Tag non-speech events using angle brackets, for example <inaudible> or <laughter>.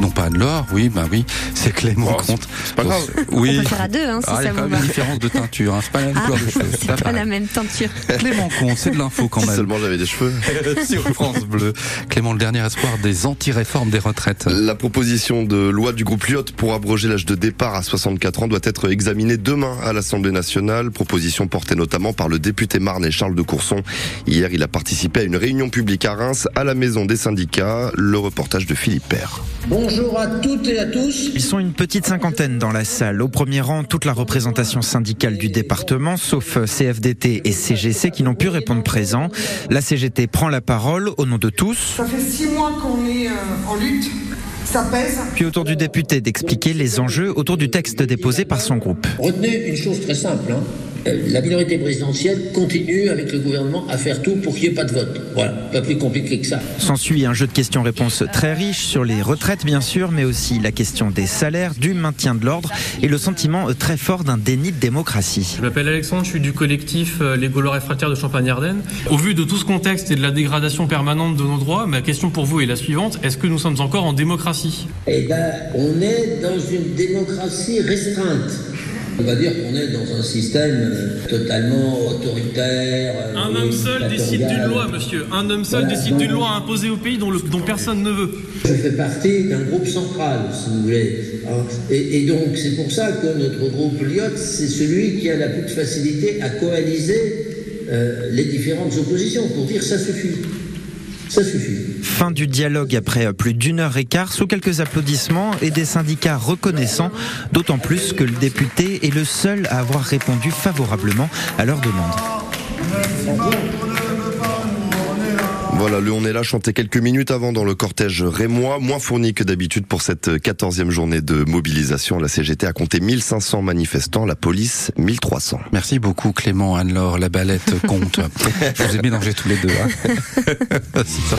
non pas Anne-Laure, oui, bah oui, c'est Clément Oh, Comte. C'est pas grave. Oui. On peut faire à deux, hein, si Ah, il y ça a quand vous même va. une différence de teinture, hein. c'est pas la même Ah, couleur de cheveux. <laughs> c'est pas la même teinture. Clément Comte, c'est de l'info quand Si même. seulement j'avais des cheveux. Sur <laughs> France Bleu. Clément, le dernier espoir des anti-réformes des retraites. La proposition de loi du groupe Lyot pour abroger l'âge de départ à 64 ans doit être examinée demain à l'Assemblée nationale. Proposition portée notamment par le député marnais Charles de Courson. Hier, il a participé à une réunion publique à Reims, à la maison des syndicats. Le reportage de Philippe Père. Bonjour à toutes et à tous. Ils sont une petite cinquantaine dans la salle. Au premier rang, toute la représentation syndicale du département, sauf CFDT et CGC qui n'ont pu répondre présent. La CGT prend la parole au nom de tous. Ça fait six mois qu'on est euh, en lutte, ça pèse. Puis autour du député d'expliquer les enjeux autour du texte déposé par son groupe. Retenez une chose très simple. hein. Euh, La minorité présidentielle continue avec le gouvernement à faire tout pour qu'il n'y ait pas de vote. Voilà, pas plus compliqué que ça. S'ensuit un jeu de questions-réponses très riche sur les retraites bien sûr, mais aussi la question des salaires, du maintien de l'ordre et le sentiment euh, très fort d'un déni de démocratie. Je m'appelle Alexandre, je suis du collectif euh, Les Gaulois réfractaires de Champagne-Ardenne. Au vu de tout ce contexte et de la dégradation permanente de nos droits, ma question pour vous est la suivante. Est-ce que nous sommes encore en démocratie Eh ben, on est dans une démocratie restreinte. On va dire qu'on est dans un système euh, totalement autoritaire. euh, Un homme seul décide d'une dictatorial. loi, monsieur. Un homme seul Voilà. décide d'une loi imposée au pays dont, le- dont personne ne veut. Je fais partie d'un groupe central, si vous voulez. hein. Et, et donc, c'est pour ça que notre groupe Lyot, c'est celui qui a la plus de facilité à coaliser euh, les différentes oppositions pour dire ça suffit. Ça suffit. Fin du dialogue après euh, plus d'une heure et quart sous quelques applaudissements et des syndicats reconnaissants, d'autant plus que le député est le seul à avoir répondu favorablement à leur demande. Voilà, le On est là chantait quelques minutes avant dans le cortège rémois, moins fourni que d'habitude pour cette 14e journée de mobilisation. La CGT a compté 1500 manifestants, la police 1300. Merci beaucoup Clément, Anne-Laure, la balette compte. Je vous ai mélangé tous les deux. hein.